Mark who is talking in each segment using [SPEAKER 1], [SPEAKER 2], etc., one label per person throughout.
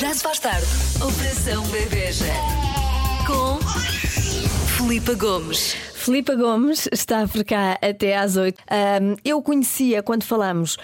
[SPEAKER 1] Já se faz tarde. Operação Bebeja. Com Filipa Gomes.
[SPEAKER 2] Filipa Gomes está por cá até às 8. eu conhecia quando falamos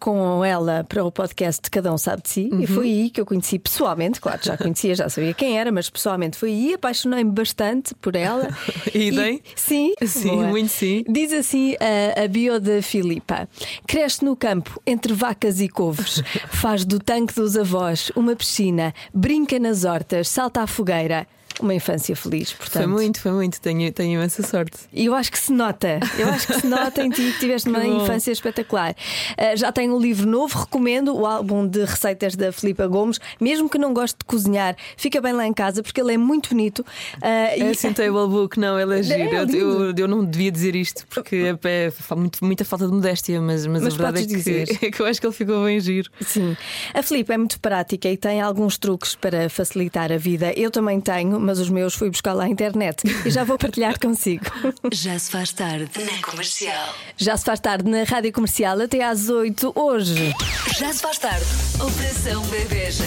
[SPEAKER 2] com ela para o podcast Cada Um Sabe de Si
[SPEAKER 3] Uhum.
[SPEAKER 2] e foi aí que eu conheci pessoalmente, claro, já conhecia, já sabia quem era, mas pessoalmente foi aí, apaixonei-me bastante por ela.
[SPEAKER 3] Idem.
[SPEAKER 2] E- sim,
[SPEAKER 3] Sim,
[SPEAKER 2] boa.
[SPEAKER 3] muito sim.
[SPEAKER 2] Diz assim a, a bio da Filipa: cresce no campo, entre vacas e couves, faz do tanque dos avós uma piscina, brinca nas hortas, salta à fogueira. Uma infância feliz, portanto.
[SPEAKER 3] Foi muito, foi muito. Tenho, tenho imensa sorte.
[SPEAKER 2] E eu acho que se nota, eu acho que se nota em ti que tiveste uma
[SPEAKER 3] Que bom.
[SPEAKER 2] infância espetacular. Ah, já tenho um livro novo, recomendo o álbum de receitas da Filipa Gomes. Mesmo que não goste de cozinhar, fica bem lá em casa porque ele é muito bonito. Ah,
[SPEAKER 3] É
[SPEAKER 2] e-
[SPEAKER 3] assim, table book, não, ele é giro. Eu, eu, eu não devia dizer isto porque é, é, fa- muito, muita falta de modéstia, mas, mas,
[SPEAKER 2] Mas
[SPEAKER 3] a verdade é
[SPEAKER 2] podes dizer.
[SPEAKER 3] que, é que eu acho que ele ficou bem giro.
[SPEAKER 2] Sim. A Filipe é muito prática e tem alguns truques para facilitar a vida. Eu também tenho, mas os meus fui buscar lá à internet e já vou partilhar consigo.
[SPEAKER 1] Já se faz tarde. Na comercial.
[SPEAKER 2] Já se faz tarde na Rádio Comercial até às 8 hoje.
[SPEAKER 1] Já se faz tarde. Operação Bebeja.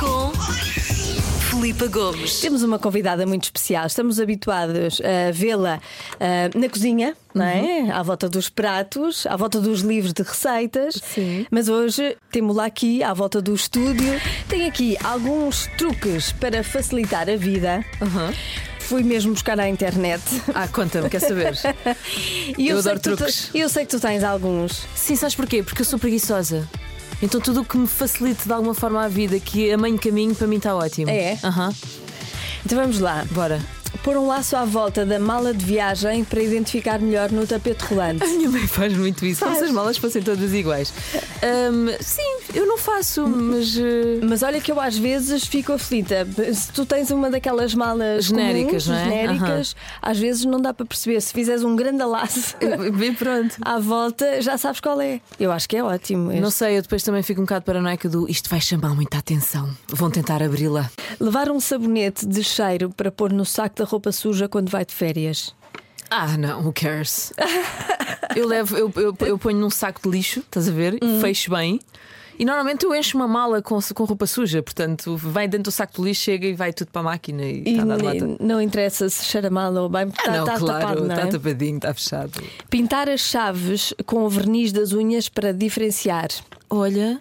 [SPEAKER 1] Com Filipa Gomes.
[SPEAKER 2] Temos uma convidada muito especial. Estamos habituados a vê-la ah, na cozinha, não é?
[SPEAKER 3] Uhum.
[SPEAKER 2] À volta dos pratos, à volta dos livros de receitas.
[SPEAKER 3] Sim.
[SPEAKER 2] Mas hoje temos-la aqui, à volta do estúdio. Tem aqui alguns truques para facilitar a vida.
[SPEAKER 3] Aham.
[SPEAKER 2] Fui mesmo buscar na internet.
[SPEAKER 3] Ah, conta-me, quer saber?
[SPEAKER 2] E
[SPEAKER 3] Eu
[SPEAKER 2] sei
[SPEAKER 3] adoro
[SPEAKER 2] que tu
[SPEAKER 3] truques.
[SPEAKER 2] te- eu sei que tu tens alguns.
[SPEAKER 3] Sim, sabes porquê? Porque eu sou preguiçosa. Então tudo o que me facilite de alguma forma a vida, que é a mãe caminho, para mim está ótimo.
[SPEAKER 2] É?
[SPEAKER 3] Aham,
[SPEAKER 2] Então vamos lá.
[SPEAKER 3] bora.
[SPEAKER 2] Pôr um laço à volta da mala de viagem para identificar melhor no tapete rolante.
[SPEAKER 3] A minha mãe faz muito isso, como se as malas fossem todas iguais. Ahm, sim, eu não faço, mas. eh,
[SPEAKER 2] Mas olha que eu às vezes fico aflita. Se tu tens uma daquelas malas
[SPEAKER 3] Genéricas,
[SPEAKER 2] comuns,
[SPEAKER 3] não é?
[SPEAKER 2] genéricas, às vezes não dá para perceber. Se fizeres um grande laço
[SPEAKER 3] Bem pronto.
[SPEAKER 2] à volta, já sabes qual é. Eu acho que é ótimo. este.
[SPEAKER 3] Não sei, eu depois também fico um bocado paranoica do isto vai chamar muita atenção. Vão tentar abri-la.
[SPEAKER 2] Levar um sabonete de cheiro para pôr no saco da roupa suja quando vai de férias.
[SPEAKER 3] Ah, não, who cares? eu levo, eu, eu, eu ponho num saco de lixo, estás a ver?
[SPEAKER 2] Uhum.
[SPEAKER 3] Fecho bem. E normalmente eu encho uma mala com, com roupa suja, portanto, vai dentro do saco de lixo, chega e vai tudo para a máquina e
[SPEAKER 2] E
[SPEAKER 3] está dado lata.
[SPEAKER 2] n- não interessa se cheira mal ou bem, porque
[SPEAKER 3] tá, Ah,
[SPEAKER 2] está tá
[SPEAKER 3] não, claro,
[SPEAKER 2] tapado, não é?
[SPEAKER 3] está tapadinho, está fechado.
[SPEAKER 2] Pintar as chaves com o verniz das unhas para diferenciar.
[SPEAKER 3] Olha,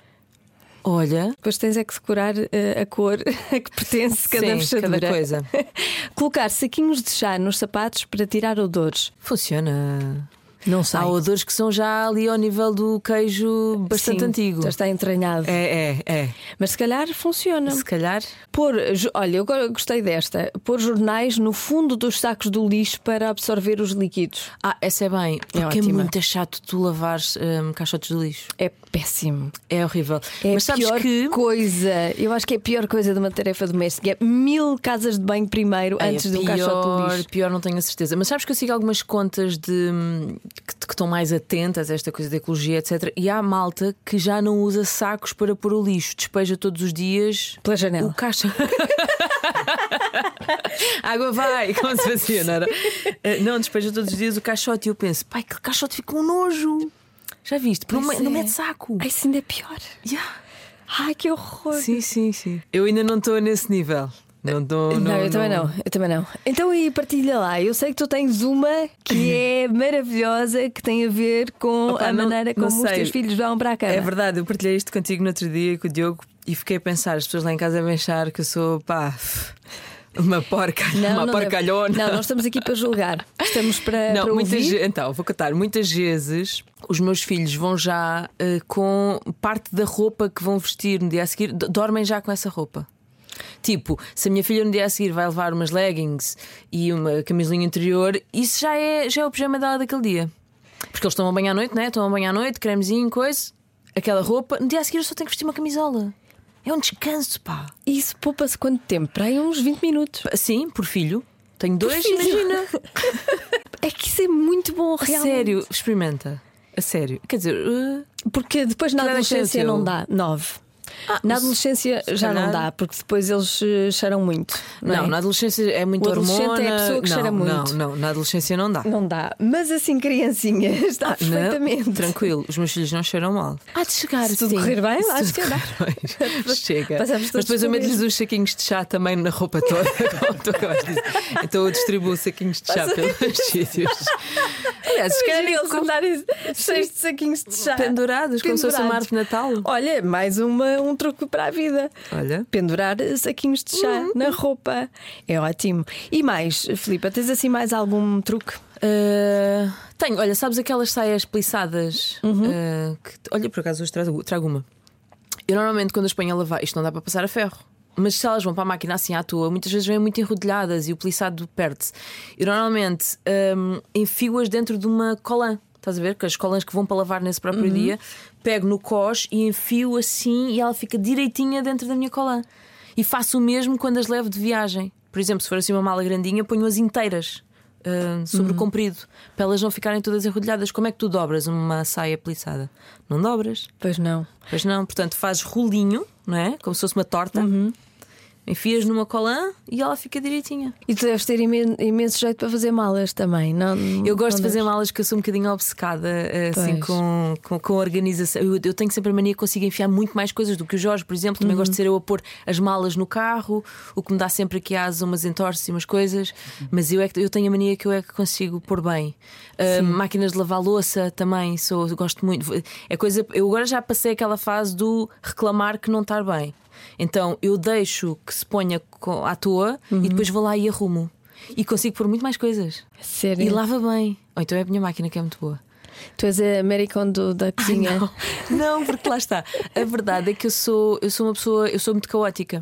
[SPEAKER 3] olha.
[SPEAKER 2] Depois tens é que decorar eh, a cor a que pertence cada
[SPEAKER 3] Sim,
[SPEAKER 2] fechadura.
[SPEAKER 3] cada coisa.
[SPEAKER 2] Colocar saquinhos de chá nos sapatos para tirar odores.
[SPEAKER 3] Funciona.
[SPEAKER 2] Não sei.
[SPEAKER 3] Há odores que são já ali ao nível do queijo É bastante
[SPEAKER 2] Sim,
[SPEAKER 3] antigo.
[SPEAKER 2] Já está entranhado.
[SPEAKER 3] É, é, é.
[SPEAKER 2] Mas se calhar funciona.
[SPEAKER 3] Se calhar.
[SPEAKER 2] Pôr, jo- olha, eu go- gostei desta. Pôr jornais no fundo dos sacos do lixo para absorver os líquidos.
[SPEAKER 3] Ah, essa é bem. Porque é,
[SPEAKER 2] ótima.
[SPEAKER 3] muito chato tu lavares hum, caixotes de lixo.
[SPEAKER 2] É péssimo.
[SPEAKER 3] É horrível.
[SPEAKER 2] É
[SPEAKER 3] Mas
[SPEAKER 2] a
[SPEAKER 3] sabes
[SPEAKER 2] pior
[SPEAKER 3] que.
[SPEAKER 2] coisa. Eu acho que é a pior coisa de uma tarefa doméstica. É mil casas de banho primeiro
[SPEAKER 3] Ai,
[SPEAKER 2] antes
[SPEAKER 3] é
[SPEAKER 2] de um caixote de
[SPEAKER 3] pior,
[SPEAKER 2] lixo.
[SPEAKER 3] pior, não tenho a certeza. Mas sabes que eu sigo algumas contas de hum, que, que estão mais atentas a esta coisa da ecologia, etc. E há malta que já não usa sacos para pôr o lixo, despeja todos os dias
[SPEAKER 2] Pela
[SPEAKER 3] o
[SPEAKER 2] janela.
[SPEAKER 3] caixa. A água vai, como se fazia, não era? Eh, Não, despeja todos os dias o caixote e eu penso, pai, que caixote fica um nojo. Já viste? Não,
[SPEAKER 2] Pois
[SPEAKER 3] me- não
[SPEAKER 2] é.
[SPEAKER 3] mete saco.
[SPEAKER 2] Ai, isso ainda é pior.
[SPEAKER 3] Yeah.
[SPEAKER 2] Ai, que horror.
[SPEAKER 3] Sim, sim, sim. Eu ainda não estou nesse nível. Não estou.
[SPEAKER 2] Não, eu também não. eu também não. Então e partilha lá. Eu sei que tu tens uma que é maravilhosa, que tem a ver com
[SPEAKER 3] Opa,
[SPEAKER 2] a
[SPEAKER 3] não-
[SPEAKER 2] maneira
[SPEAKER 3] não
[SPEAKER 2] como os
[SPEAKER 3] sei.
[SPEAKER 2] teus filhos vão para a cama.
[SPEAKER 3] É verdade, eu partilhei isto contigo no outro dia com o Diogo e fiquei a pensar, as pessoas lá em casa devem achar que eu sou pá uma porca, uma
[SPEAKER 2] deve-
[SPEAKER 3] porcalhona.
[SPEAKER 2] Não, não estamos aqui para julgar. Estamos para,
[SPEAKER 3] Não,
[SPEAKER 2] É para
[SPEAKER 3] muitas
[SPEAKER 2] ouvir.
[SPEAKER 3] ve- então, vou contar, muitas vezes os meus filhos vão já eh, com parte da roupa que vão vestir no dia a seguir, do- dormem já com essa roupa. Tipo, se a minha filha no dia a seguir vai levar umas leggings e uma camisolinha interior, isso já é, já é o pijama dela daquele dia. Porque eles estão a banhar à noite, né? Estão a banhar à noite, cremezinho, coisa, aquela roupa. No dia a seguir eu só tenho que vestir uma camisola. É um descanso, pá.
[SPEAKER 2] Isso poupa-se quanto tempo? Para aí uns 20 minutos.
[SPEAKER 3] Sim, por filho. Tenho dois,
[SPEAKER 2] filho.
[SPEAKER 3] imagina.
[SPEAKER 2] É que isso é muito bom,
[SPEAKER 3] A
[SPEAKER 2] realmente.
[SPEAKER 3] sério, experimenta. A sério. Quer dizer. eh,
[SPEAKER 2] Porque depois na
[SPEAKER 3] Que idade é que tem o
[SPEAKER 2] adolescência
[SPEAKER 3] teu?
[SPEAKER 2] não dá. Nove.
[SPEAKER 3] Ah,
[SPEAKER 2] na adolescência já não dá, porque depois eles eh, cheiram muito. Não,
[SPEAKER 3] Não,
[SPEAKER 2] é?
[SPEAKER 3] na adolescência é muito
[SPEAKER 2] O adolescente
[SPEAKER 3] hormona.
[SPEAKER 2] é a pessoa que
[SPEAKER 3] não,
[SPEAKER 2] cheira muito.
[SPEAKER 3] Não, não, na adolescência não dá.
[SPEAKER 2] Não dá. Mas assim, criancinha, está perfeitamente.
[SPEAKER 3] Ah, Não, tranquilo, os meus filhos não cheiram mal. Há de chegar,
[SPEAKER 2] Se tudo correr bem, há de chegar.
[SPEAKER 3] Chega.
[SPEAKER 2] Passamos todos
[SPEAKER 3] Mas depois eu
[SPEAKER 2] por
[SPEAKER 3] meto-lhes
[SPEAKER 2] isso.
[SPEAKER 3] os saquinhos de chá também na roupa toda. como tu acabaste de dizer. então eu distribuo saquinhos de chá pelos sítios. Aliás, se
[SPEAKER 2] Imagina
[SPEAKER 3] querem
[SPEAKER 2] eles andarem cheios de saquinhos de chá.
[SPEAKER 3] pendurados, como se fosse uma
[SPEAKER 2] Pendurados.
[SPEAKER 3] árvore de Natal.
[SPEAKER 2] Olha, mais uma, um truque para a vida.
[SPEAKER 3] Olha.
[SPEAKER 2] Pendurar saquinhos de chá
[SPEAKER 3] Uhum.
[SPEAKER 2] na roupa. É ótimo. E mais, Filipa, tens assim mais algum truque?
[SPEAKER 3] Ah, tenho, olha, sabes aquelas saias plissadas? Ah, que- olha, por acaso hoje trago, trago uma. Eu normalmente quando as ponho a lavar, isto não dá para passar a ferro. Mas se elas vão para a máquina assim à toa, muitas vezes vêm muito enrodilhadas e o plissado perde-se. Eu normalmente hum, enfio-as dentro de uma colã. Estás a ver? Que as colãs que vão para lavar nesse próprio dia, pego no cos e enfio assim e ela fica direitinha dentro da minha colã. E faço o mesmo quando as levo de viagem. Por exemplo, se for assim uma mala grandinha, ponho-as inteiras ah, sobre o comprido, para elas não ficarem todas enrodilhadas. Como é que tu dobras uma saia plissada? Não dobras.
[SPEAKER 2] Pois não.
[SPEAKER 3] Pois não, portanto fazes rolinho, não é? Como se fosse uma torta. Enfias numa colã e ela fica direitinha.
[SPEAKER 2] E tu deves ter imen- imenso jeito para fazer malas também, não?
[SPEAKER 3] Eu gosto
[SPEAKER 2] não
[SPEAKER 3] de fazer
[SPEAKER 2] deves?
[SPEAKER 3] malas que eu sou um bocadinho obcecada eh, assim,
[SPEAKER 2] Pois.
[SPEAKER 3] com, com, com a organização. Eu, eu tenho sempre a mania que consigo enfiar muito mais coisas do que o Jorge, por exemplo. Também gosto de ser eu a pôr as malas no carro, o que me dá sempre aqui às umas entorces e umas coisas. Mas eu, é que, eu tenho a mania que eu é que consigo pôr bem. Ah, máquinas de lavar louça também, sou, gosto muito. É coisa, eu agora já passei aquela fase do reclamar que não está bem. Então eu deixo que se ponha co- à toa e depois vou lá e arrumo. E consigo pôr muito mais coisas.
[SPEAKER 2] Sério?
[SPEAKER 3] E lava bem. Ou então é a minha máquina que é muito boa.
[SPEAKER 2] Tu és a Mary Kondo da cozinha.
[SPEAKER 3] Não, não, porque lá está. A verdade é que eu sou, eu sou uma pessoa, eu sou muito caótica.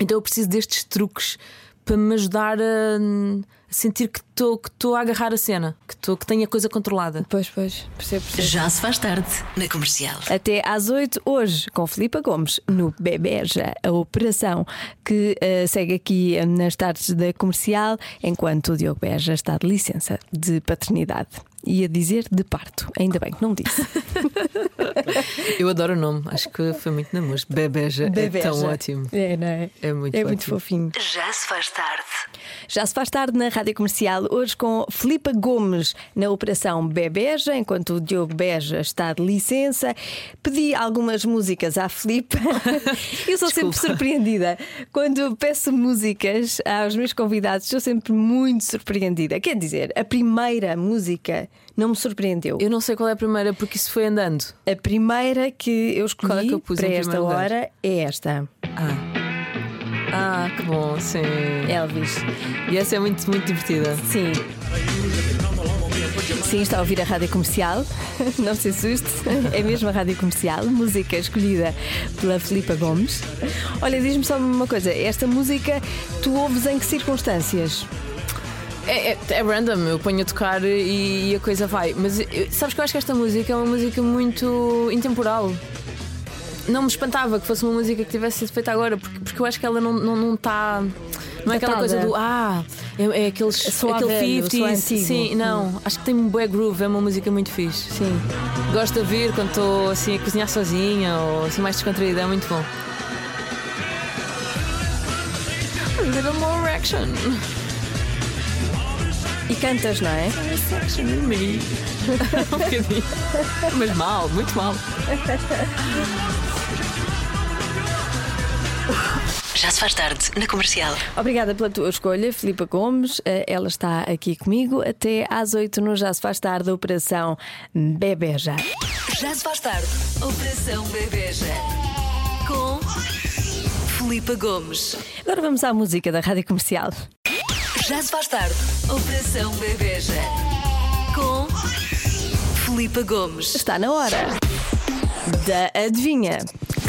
[SPEAKER 3] Então eu preciso destes truques para me ajudar a, hum, a sentir que estou que estou a agarrar a cena, que, estou que tenho a coisa controlada.
[SPEAKER 2] Pois, pois, percebo, percebo.
[SPEAKER 1] Já se faz tarde na comercial.
[SPEAKER 2] Até às 8 hoje, com Filipa Gomes, no Bebeja, a operação que eh, segue aqui eh, nas tardes da comercial, enquanto o Diogo Beja está de licença de paternidade. Ia dizer de parto, ainda bem que não disse.
[SPEAKER 3] Eu adoro o nome, acho que foi muito na música. Bebeja, é tão ótimo.
[SPEAKER 2] É, não é?
[SPEAKER 3] É muito
[SPEAKER 2] é muito
[SPEAKER 3] ótimo.
[SPEAKER 2] fofinho.
[SPEAKER 1] Já se faz tarde.
[SPEAKER 2] Já se faz tarde na Rádio Comercial, hoje com Filipa Gomes na Operação Bebeja, enquanto o Diogo Beja está de licença. Pedi algumas músicas à Filipa. Eu sou sempre surpreendida. Quando peço músicas aos meus convidados, sou sempre muito surpreendida. Quer dizer, a primeira música não me surpreendeu.
[SPEAKER 3] Eu não sei qual é a primeira, porque isso foi andando.
[SPEAKER 2] A primeira que eu escolhi
[SPEAKER 3] Qual é que eu pus em
[SPEAKER 2] para esta
[SPEAKER 3] primeiro lugar?
[SPEAKER 2] hora é esta,
[SPEAKER 3] Ah, ah que bom, sim.
[SPEAKER 2] Elvis.
[SPEAKER 3] E essa é muito, muito divertida.
[SPEAKER 2] Sim. Sim, está a ouvir a rádio comercial. Não se assuste, é mesmo a rádio comercial. Música escolhida pela Filipa Gomes. Olha, diz-me só uma coisa: esta música tu ouves em que circunstâncias?
[SPEAKER 3] É, é- é random, eu ponho a tocar e, e a coisa vai. Mas eu- sabes que eu acho que esta música é uma música muito intemporal. Não me espantava que fosse uma música que tivesse sido feita agora, porque, porque eu acho que ela não está. Não, não, tá- não é aquela
[SPEAKER 2] Datada.
[SPEAKER 3] coisa do ah, é, é aqueles,
[SPEAKER 2] Soa
[SPEAKER 3] aquele
[SPEAKER 2] velho,
[SPEAKER 3] 50s.
[SPEAKER 2] soa antigo.
[SPEAKER 3] Sim, não. Acho que tem um bué groove, é uma música muito fixe.
[SPEAKER 2] Sim.
[SPEAKER 3] Gosto de ouvir quando estou assim a cozinhar sozinha ou assim mais descontraída, é muito bom. A little more action.
[SPEAKER 2] E cantas, não é?
[SPEAKER 3] um bocadinho. Mas mal, muito mal.
[SPEAKER 1] Já se faz tarde na comercial.
[SPEAKER 2] Obrigada pela tua escolha, Filipa Gomes. Eh, Ela está aqui comigo até às 8 no Já Se Faz Tarde, da Operação Bebé Já.
[SPEAKER 1] Já se faz tarde. Operação Bebeja. Com Filipa Gomes.
[SPEAKER 2] Agora vamos à música da rádio comercial.
[SPEAKER 1] Já se faz tarde. Operação Bebeja. Com Filipa Gomes.
[SPEAKER 2] Está na hora da adivinha.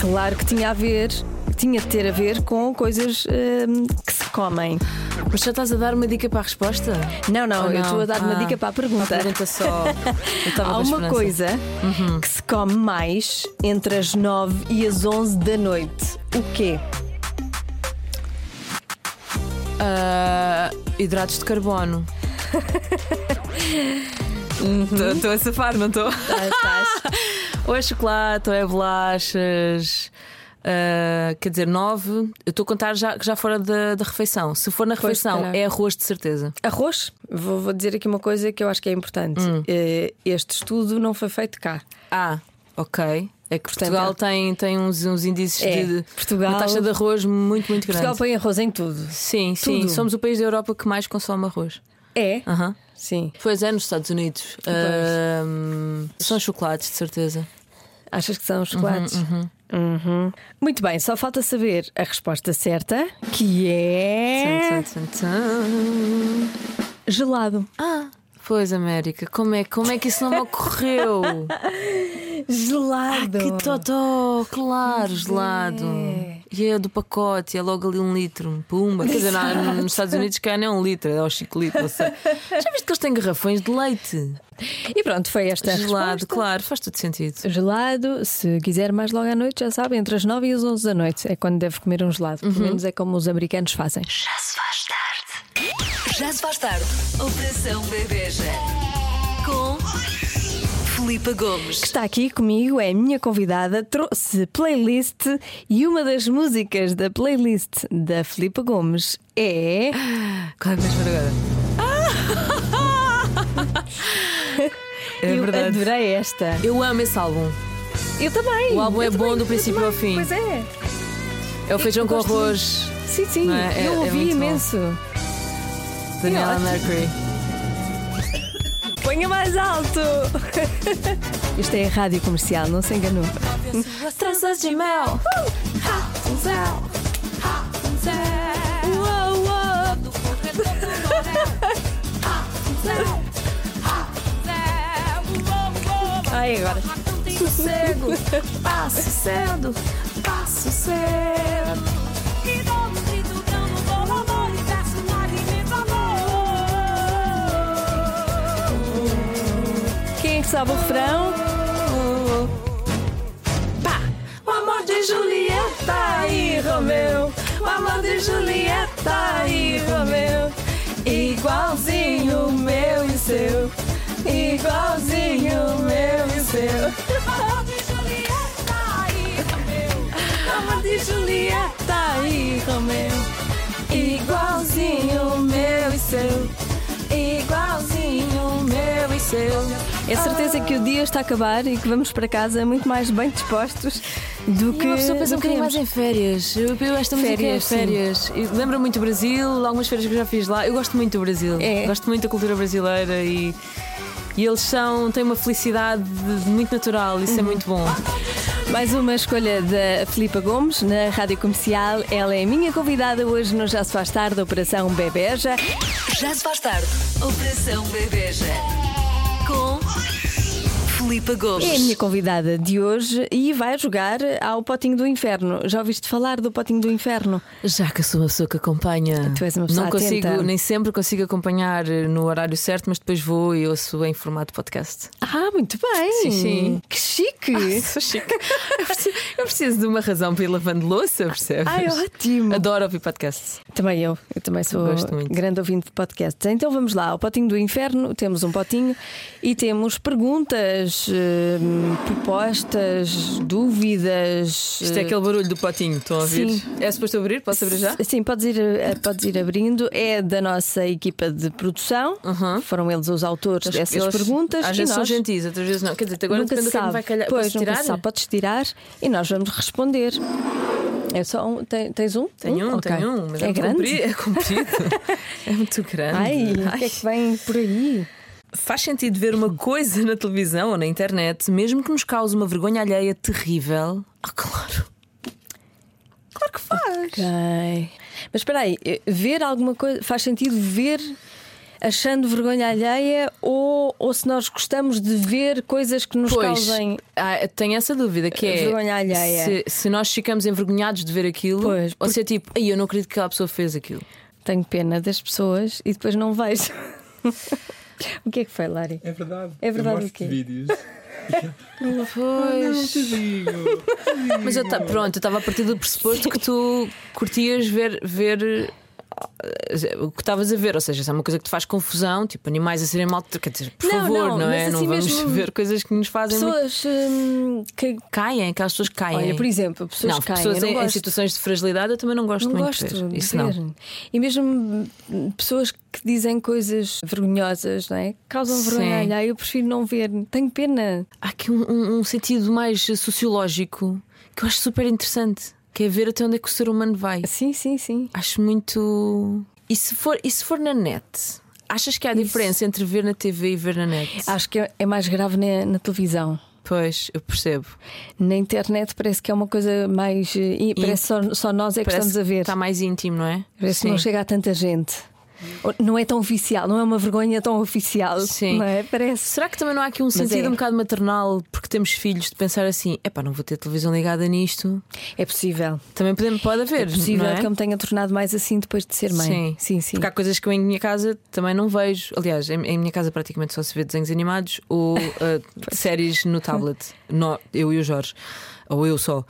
[SPEAKER 2] Claro que tinha a ver, tinha de ter a ver com coisas hum, que se comem.
[SPEAKER 3] Mas já estás a dar uma dica para a resposta?
[SPEAKER 2] Não, não,
[SPEAKER 3] Ou
[SPEAKER 2] eu estou a dar uma
[SPEAKER 3] Ah,
[SPEAKER 2] dica para a pergunta.
[SPEAKER 3] para a pergunta só. Eu estava
[SPEAKER 2] Tá. Há
[SPEAKER 3] com
[SPEAKER 2] uma
[SPEAKER 3] esperança. Uhum.
[SPEAKER 2] coisa que se come mais entre as 9 e as 11 da noite. O quê?
[SPEAKER 3] Ah, hidratos de carbono.
[SPEAKER 2] Hum,
[SPEAKER 3] Estou a tá. safar, não estou?
[SPEAKER 2] Ah, estás-
[SPEAKER 3] Ou é chocolate, ou é bolachas. ah, quer dizer, nove. Eu estou a contar já, já fora da, da refeição. Se for na
[SPEAKER 2] Pois, se
[SPEAKER 3] refeição,
[SPEAKER 2] calhar.
[SPEAKER 3] é arroz de certeza.
[SPEAKER 2] Arroz, vou, vou dizer aqui uma coisa que eu acho que é importante. Eh, Este estudo não foi feito cá.
[SPEAKER 3] Ah, ok. É que
[SPEAKER 2] Portanto,
[SPEAKER 3] Portugal tem, tem uns, uns índices
[SPEAKER 2] É,
[SPEAKER 3] de
[SPEAKER 2] Portugal-
[SPEAKER 3] uma taxa de arroz muito, muito grande.
[SPEAKER 2] Portugal põe arroz em tudo.
[SPEAKER 3] Sim, sim.
[SPEAKER 2] Tudo.
[SPEAKER 3] Somos o país da Europa que mais consome arroz.
[SPEAKER 2] É?
[SPEAKER 3] Aham.
[SPEAKER 2] Sim.
[SPEAKER 3] Pois é, nos Estados Unidos. Ahm, são chocolates, de certeza.
[SPEAKER 2] Achas que são os chocolates? Uhum. Muito bem, só falta saber a resposta certa, que é
[SPEAKER 3] Tum, tum, tum, tum.
[SPEAKER 2] gelado.
[SPEAKER 3] Ah, pois, América, como é, como é que isso não me ocorreu?
[SPEAKER 2] Gelado.
[SPEAKER 3] que totó, claro, gelado. E é do pacote, é logo ali um litro. Pumba, quer dizer, não, nos Estados Unidos cá não é um litro, é aos 5 litros. não sei. Já viste que eles têm garrafões de leite?
[SPEAKER 2] E pronto, foi esta a
[SPEAKER 3] Gelado,
[SPEAKER 2] resposta.
[SPEAKER 3] claro, faz todo sentido.
[SPEAKER 2] Gelado, se quiser mais logo à noite, já sabe, entre as 9 e as 11 da noite é quando deve comer um gelado. Pelo menos é como os americanos fazem.
[SPEAKER 1] Já se faz tarde. Já se faz tarde. Operação Bebeja. Com Filipe Gomes.
[SPEAKER 2] Está aqui comigo, é a minha convidada, trouxe playlist e uma das músicas da playlist da Filipa Gomes é.
[SPEAKER 3] Claro, mas agora. É
[SPEAKER 2] Eu
[SPEAKER 3] verdade.
[SPEAKER 2] adorei esta.
[SPEAKER 3] Eu amo esse álbum.
[SPEAKER 2] É Eu também.
[SPEAKER 3] O álbum é
[SPEAKER 2] eu
[SPEAKER 3] bom
[SPEAKER 2] também,
[SPEAKER 3] do
[SPEAKER 2] eu
[SPEAKER 3] princípio
[SPEAKER 2] também.
[SPEAKER 3] ao fim.
[SPEAKER 2] Pois é.
[SPEAKER 3] É o feijão com
[SPEAKER 2] gosto muito.
[SPEAKER 3] arroz,
[SPEAKER 2] Sim, sim.
[SPEAKER 3] Não é? É-
[SPEAKER 2] eu
[SPEAKER 3] é
[SPEAKER 2] ouvi
[SPEAKER 3] muito bom.
[SPEAKER 2] imenso.
[SPEAKER 3] Daniela
[SPEAKER 2] ótimo.
[SPEAKER 3] Mercury.
[SPEAKER 2] Ponha mais alto. Isto é a rádio comercial, não se enganou.
[SPEAKER 3] Tranças de mel.
[SPEAKER 2] Ai, agora.
[SPEAKER 3] Sossego, passo cedo, passo cedo.
[SPEAKER 2] Quem é que sabe o refrão?
[SPEAKER 3] O amor de Julieta
[SPEAKER 2] e Romeu, o amor de Julieta e Romeu, igualzinho o meu e o seu, igualzinho o meu e o seu. Amor de Julieta e Romeu, igualzinho o meu e o seu, igualzinho o meu e o seu. É certeza que o dia está a acabar e que vamos para casa muito mais bem dispostos do que.
[SPEAKER 3] E uma pessoa pensa um
[SPEAKER 2] do que
[SPEAKER 3] bocadinho
[SPEAKER 2] viemos.
[SPEAKER 3] mais em férias. Eu, eu esta
[SPEAKER 2] Férias,
[SPEAKER 3] música é férias. E Lembra muito o Brasil, algumas férias que eu já fiz lá. Eu gosto muito do Brasil.
[SPEAKER 2] É.
[SPEAKER 3] Gosto muito da cultura brasileira e, e eles são, têm uma felicidade muito natural. Isso é
[SPEAKER 2] Uhum.
[SPEAKER 3] muito bom.
[SPEAKER 2] Mais uma escolha da Filipa Gomes na Rádio Comercial. Ela é a minha convidada hoje no Já se faz tarde, Operação Bebeja.
[SPEAKER 1] Já se faz tarde. Operação Bebeja. Com Filipe Gomes.
[SPEAKER 2] É a minha convidada de hoje e vai jogar ao Potinho do Inferno. Já ouviste falar do Potinho do Inferno?
[SPEAKER 3] Já que eu sou uma pessoa que acompanha,
[SPEAKER 2] Tu és uma pessoa
[SPEAKER 3] não consigo,
[SPEAKER 2] atenta.
[SPEAKER 3] nem sempre consigo acompanhar eh, no horário certo, mas depois vou e ouço em formato podcast.
[SPEAKER 2] Ah, muito bem!
[SPEAKER 3] Sim, sim.
[SPEAKER 2] Que chique!
[SPEAKER 3] Sou chique. eu, preciso, eu preciso de uma razão para ir lavando louça, percebes?
[SPEAKER 2] Ai, ótimo!
[SPEAKER 3] Adoro ouvir podcasts.
[SPEAKER 2] Ah, Também eu, eu também sou
[SPEAKER 3] Gosto muito.
[SPEAKER 2] grande ouvinte de podcasts. Então vamos lá, ao Potinho do Inferno, temos um potinho e temos perguntas, eh, propostas, dúvidas.
[SPEAKER 3] Isto é aquele barulho do potinho, estão a ouvir?
[SPEAKER 2] Sim.
[SPEAKER 3] É suposto eu abrir? Posso abrir já?
[SPEAKER 2] Sim, podes ir, eh, podes ir abrindo. É da nossa equipa de produção. Foram eles os autores dessas
[SPEAKER 3] Eles-
[SPEAKER 2] perguntas.
[SPEAKER 3] Às
[SPEAKER 2] e
[SPEAKER 3] vezes são
[SPEAKER 2] nós
[SPEAKER 3] gentis, outras vezes não. Quer dizer, agora
[SPEAKER 2] nunca se
[SPEAKER 3] depende do que é que me vai
[SPEAKER 2] sabe.
[SPEAKER 3] calhar.
[SPEAKER 2] Pois,
[SPEAKER 3] Posso
[SPEAKER 2] nunca
[SPEAKER 3] tirar?
[SPEAKER 2] se sabe. Podes tirar e nós vamos responder. É só um. tem- tens um?
[SPEAKER 3] Tenho um,
[SPEAKER 2] Ok.
[SPEAKER 3] tenho um, mas
[SPEAKER 2] é,
[SPEAKER 3] é, muito
[SPEAKER 2] grande.
[SPEAKER 3] compri- é comprido. é muito grande.
[SPEAKER 2] Ai, o
[SPEAKER 3] Ai.
[SPEAKER 2] que é que vem por aí?
[SPEAKER 3] Faz sentido ver uma coisa na televisão ou na internet, mesmo que nos cause uma vergonha alheia terrível? Ah, claro. Claro que faz.
[SPEAKER 2] Ok. Mas espera aí, eh, ver alguma coisa. Faz sentido ver. Achando vergonha alheia ou, ou se nós gostamos de ver coisas que nos
[SPEAKER 3] Pois,
[SPEAKER 2] causem.
[SPEAKER 3] ah, tenho essa dúvida que é
[SPEAKER 2] Vergonha alheia.
[SPEAKER 3] Se, se nós ficamos envergonhados de ver aquilo,
[SPEAKER 2] Pois,
[SPEAKER 3] ou se é tipo, Ai, eu não acredito que aquela pessoa fez aquilo.
[SPEAKER 2] Tenho pena das pessoas e depois não vejo. o que é que foi, Lari?
[SPEAKER 4] É verdade.
[SPEAKER 2] É verdade
[SPEAKER 4] Eu
[SPEAKER 2] o
[SPEAKER 4] mostro
[SPEAKER 2] quê?
[SPEAKER 4] vídeos.
[SPEAKER 3] Pois.
[SPEAKER 4] Não te digo.
[SPEAKER 3] Mas eu ta- pronto, eu estava a partir do pressuposto que tu curtias ver, ver o que estavas a ver, ou seja, se é uma coisa que te faz confusão, tipo animais a serem mal, quer dizer, por
[SPEAKER 2] Não,
[SPEAKER 3] favor,
[SPEAKER 2] não,
[SPEAKER 3] não, é?
[SPEAKER 2] mas
[SPEAKER 3] não
[SPEAKER 2] assim
[SPEAKER 3] vamos
[SPEAKER 2] mesmo-
[SPEAKER 3] ver coisas que nos fazem muito-
[SPEAKER 2] Pessoas hum, que.
[SPEAKER 3] caem, aquelas pessoas que caem.
[SPEAKER 2] Olha, por exemplo, pessoas
[SPEAKER 3] É. não,
[SPEAKER 2] que caem.
[SPEAKER 3] pessoas
[SPEAKER 2] eu não
[SPEAKER 3] em, em
[SPEAKER 2] gosto.
[SPEAKER 3] situações de fragilidade eu também não gosto
[SPEAKER 2] Não
[SPEAKER 3] muito
[SPEAKER 2] gosto
[SPEAKER 3] de ver.
[SPEAKER 2] de
[SPEAKER 3] Isso
[SPEAKER 2] ver.
[SPEAKER 3] não.
[SPEAKER 2] E mesmo hum, pessoas que dizem coisas vergonhosas, não é? Que Causam
[SPEAKER 3] Sim.
[SPEAKER 2] vergonha alheia, eu prefiro não ver. Tenho pena.
[SPEAKER 3] Há aqui um, um- um sentido mais eh, sociológico que eu acho super interessante, que é ver até onde é que o ser humano vai.
[SPEAKER 2] Sim, sim, sim.
[SPEAKER 3] Acho muito. E se for, e se for na net? Achas que há diferença entre ver na TV e ver na net?
[SPEAKER 2] Acho que é é mais grave na, na televisão.
[SPEAKER 3] Pois, eu percebo.
[SPEAKER 2] Na internet parece que é uma coisa mais. eh, e Parece só, só nós é que estamos a ver.
[SPEAKER 3] Está tá mais íntimo, não é?
[SPEAKER 2] Parece que não chega a tanta gente. Ou- Não é tão oficial, não é uma vergonha tão oficial.
[SPEAKER 3] Sim.
[SPEAKER 2] Não é? Parece.
[SPEAKER 3] Será que também não há aqui um sentido
[SPEAKER 2] é.
[SPEAKER 3] um bocado maternal, porque temos filhos, de pensar assim: epá, não vou ter televisão ligada nisto?
[SPEAKER 2] É possível.
[SPEAKER 3] Também podemos, pode haver.
[SPEAKER 2] É possível
[SPEAKER 3] não é?
[SPEAKER 2] que eu me tenha tornado mais assim depois de ser mãe. sim. sim.
[SPEAKER 3] Porque há coisas que eu em minha casa também não vejo. Aliás, em, em minha casa praticamente só se vê desenhos animados ou eh, séries no tablet. No- eu e o Jorge. Ou eu só.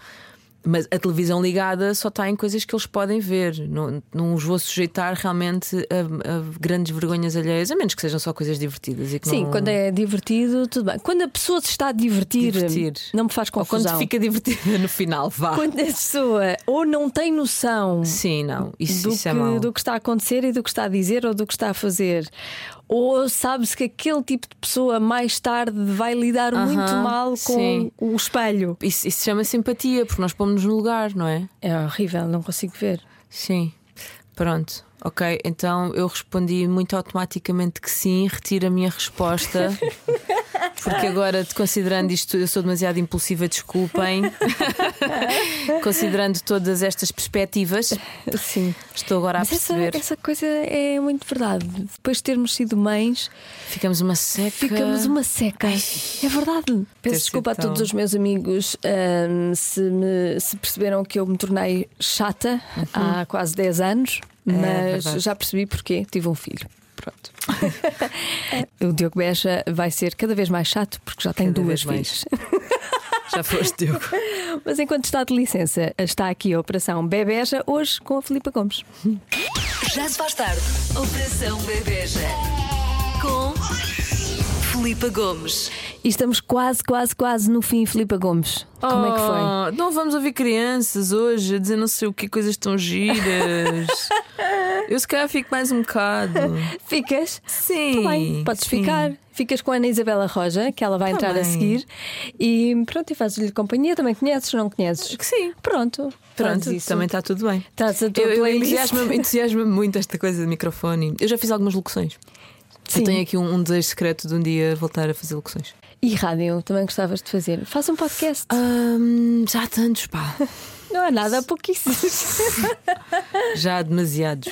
[SPEAKER 3] Mas a televisão ligada só está em coisas que eles podem ver. Não, não os vou sujeitar realmente a, a grandes vergonhas alheias, a menos que sejam só coisas divertidas. E que
[SPEAKER 2] Sim,
[SPEAKER 3] não...
[SPEAKER 2] quando é divertido, tudo bem. Quando a pessoa se está a divertir,
[SPEAKER 3] Divertir.
[SPEAKER 2] não me faz
[SPEAKER 3] Ou
[SPEAKER 2] confusão.
[SPEAKER 3] quando fica divertida no final, vá.
[SPEAKER 2] Quando a pessoa ou não tem noção
[SPEAKER 3] Sim, não.
[SPEAKER 2] do,
[SPEAKER 3] Isso, isso
[SPEAKER 2] que,
[SPEAKER 3] é mau.
[SPEAKER 2] do que está a acontecer e do que está a dizer ou do que está a fazer, ou sabe-se que aquele tipo de pessoa mais tarde vai lidar
[SPEAKER 3] Aham,
[SPEAKER 2] muito mal com
[SPEAKER 3] sim.
[SPEAKER 2] o espelho.
[SPEAKER 3] Isso, isso se chama simpatia, porque nós pomos-nos no lugar, não é?
[SPEAKER 2] É horrível, não consigo ver.
[SPEAKER 3] Sim. Pronto. Ok, então eu respondi muito automaticamente que sim, retiro a minha resposta. Porque agora, te considerando isto, eu sou demasiado impulsiva, desculpem. considerando todas estas perspectivas,
[SPEAKER 2] Sim.
[SPEAKER 3] estou agora a
[SPEAKER 2] Mas essa,
[SPEAKER 3] perceber.
[SPEAKER 2] essa coisa é muito verdade. Depois de termos sido mães,
[SPEAKER 3] Ficamos uma seca. então.
[SPEAKER 2] Ficamos uma seca. É verdade. Peço desculpa a
[SPEAKER 3] sido tão-
[SPEAKER 2] todos os meus amigos hum, se, me- se perceberam que eu me tornei chata há quase 10 anos, mas
[SPEAKER 3] Uhum. É verdade.
[SPEAKER 2] já percebi porquê. Tive um filho. Pronto. o Diogo Beja vai ser cada vez mais chato porque já tem
[SPEAKER 3] Cada
[SPEAKER 2] duas
[SPEAKER 3] vez mais.
[SPEAKER 2] filhas.
[SPEAKER 3] Já foste, Diogo.
[SPEAKER 2] Mas enquanto está de licença, está aqui a Operação Bebeja hoje com a Filipa Gomes.
[SPEAKER 1] Já se faz tarde. Operação Bebeja. Com Filipa Gomes.
[SPEAKER 2] E estamos quase, quase, quase no fim, Filipa Gomes. Como é que foi?
[SPEAKER 3] Oh, Não vamos ouvir crianças hoje a dizer não sei o que coisas tão giras. eu se calhar fico mais um bocado.
[SPEAKER 2] Ficas?
[SPEAKER 3] Sim,
[SPEAKER 2] Tá bem, podes
[SPEAKER 3] Oh. sim.
[SPEAKER 2] ficar. Ficas com a Ana Isabela Roja, que ela vai
[SPEAKER 3] Tá
[SPEAKER 2] entrar
[SPEAKER 3] bem.
[SPEAKER 2] a seguir. E pronto, e fazes-lhe companhia. Também conheces, não conheces?
[SPEAKER 3] Que sim.
[SPEAKER 2] Pronto. fazes
[SPEAKER 3] Pronto,
[SPEAKER 2] isso.
[SPEAKER 3] também está tudo bem.
[SPEAKER 2] Traz a tua
[SPEAKER 3] Eu, eu
[SPEAKER 2] playlist.
[SPEAKER 3] entusiasmo-me entusiasmo-me muito esta coisa de microfone. Eu já fiz algumas locuções.
[SPEAKER 2] Sim.
[SPEAKER 3] Eu tenho aqui um, um desejo secreto de um dia voltar a fazer locuções.
[SPEAKER 2] E rádio, também gostavas de fazer. Faz um podcast.
[SPEAKER 3] Hum, já há tantos, pá.
[SPEAKER 2] Não é nada, há pouquíssimos.
[SPEAKER 3] Já há demasiados.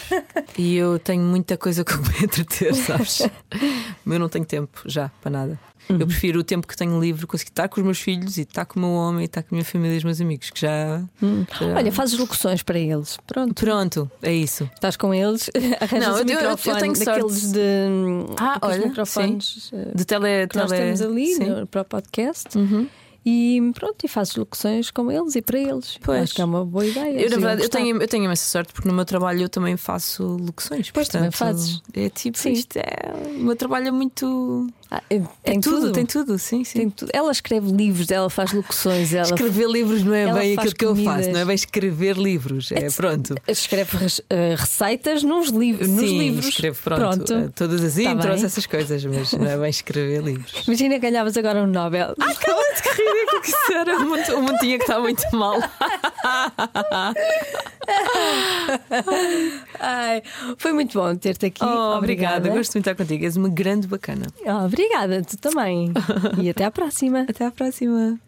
[SPEAKER 3] E eu tenho muita coisa com que me entreter, sabes? Mas eu não tenho tempo já para nada. Eu prefiro o tempo que tenho livre conseguir estar com os meus filhos e estar com o meu homem e estar com a minha família e os meus amigos, que já. já-
[SPEAKER 2] Olha, fazes locuções para eles. Pronto.
[SPEAKER 3] Hum. Pronto, é isso.
[SPEAKER 2] Estás com eles, arranjas
[SPEAKER 3] Não,
[SPEAKER 2] o
[SPEAKER 3] eu- eu- eu
[SPEAKER 2] microfone
[SPEAKER 3] tenho sorte.
[SPEAKER 2] daqueles de
[SPEAKER 3] Ah,
[SPEAKER 2] aqueles
[SPEAKER 3] olha,
[SPEAKER 2] microfones eh,
[SPEAKER 3] De tele.
[SPEAKER 2] que nós
[SPEAKER 3] tele-
[SPEAKER 2] temos ali
[SPEAKER 3] Sim. Uhum.
[SPEAKER 2] no- para o podcast. E pronto, e fazes locuções com eles e para eles.
[SPEAKER 3] Pois.
[SPEAKER 2] Acho que é uma boa ideia. eles
[SPEAKER 3] Eu, na
[SPEAKER 2] iam
[SPEAKER 3] verdade, eu
[SPEAKER 2] gostar.
[SPEAKER 3] tenho, eu tenho imensa sorte porque no meu trabalho eu também faço locuções.
[SPEAKER 2] Pois, também
[SPEAKER 3] portanto,
[SPEAKER 2] fazes.
[SPEAKER 3] É tipo,
[SPEAKER 2] Sim.
[SPEAKER 3] isto é. O meu trabalho é muito.
[SPEAKER 2] Ah, eh, tem
[SPEAKER 3] é tudo,
[SPEAKER 2] tudo,
[SPEAKER 3] tem tudo, sim, sim.
[SPEAKER 2] Tem tudo. Ela escreve livros, ela faz locuções, ela
[SPEAKER 3] Escrever livros não é
[SPEAKER 2] Ela
[SPEAKER 3] bem
[SPEAKER 2] faz
[SPEAKER 3] aquilo que eu
[SPEAKER 2] comidas.
[SPEAKER 3] faço, não é bem escrever livros. É pronto.
[SPEAKER 2] escreve res- eh, receitas nos, li nos
[SPEAKER 3] Sim,
[SPEAKER 2] livros.
[SPEAKER 3] escrevo pronto. eh, Todas as
[SPEAKER 2] Tá
[SPEAKER 3] intros,
[SPEAKER 2] bem.
[SPEAKER 3] essas coisas, mas não é bem escrever livros.
[SPEAKER 2] Imagina que ganhavas agora um Nobel.
[SPEAKER 3] Cala-te que ridículo que isso era. O mundo, o mundo tinha que estar muito mal.
[SPEAKER 2] Ai, foi muito bom ter-te aqui.
[SPEAKER 3] Oh, obrigada, gosto muito de estar contigo.
[SPEAKER 2] Ah,
[SPEAKER 3] És uma grande bacana.
[SPEAKER 2] Oh, obrigada, tu também. E até à próxima.
[SPEAKER 3] Até à próxima.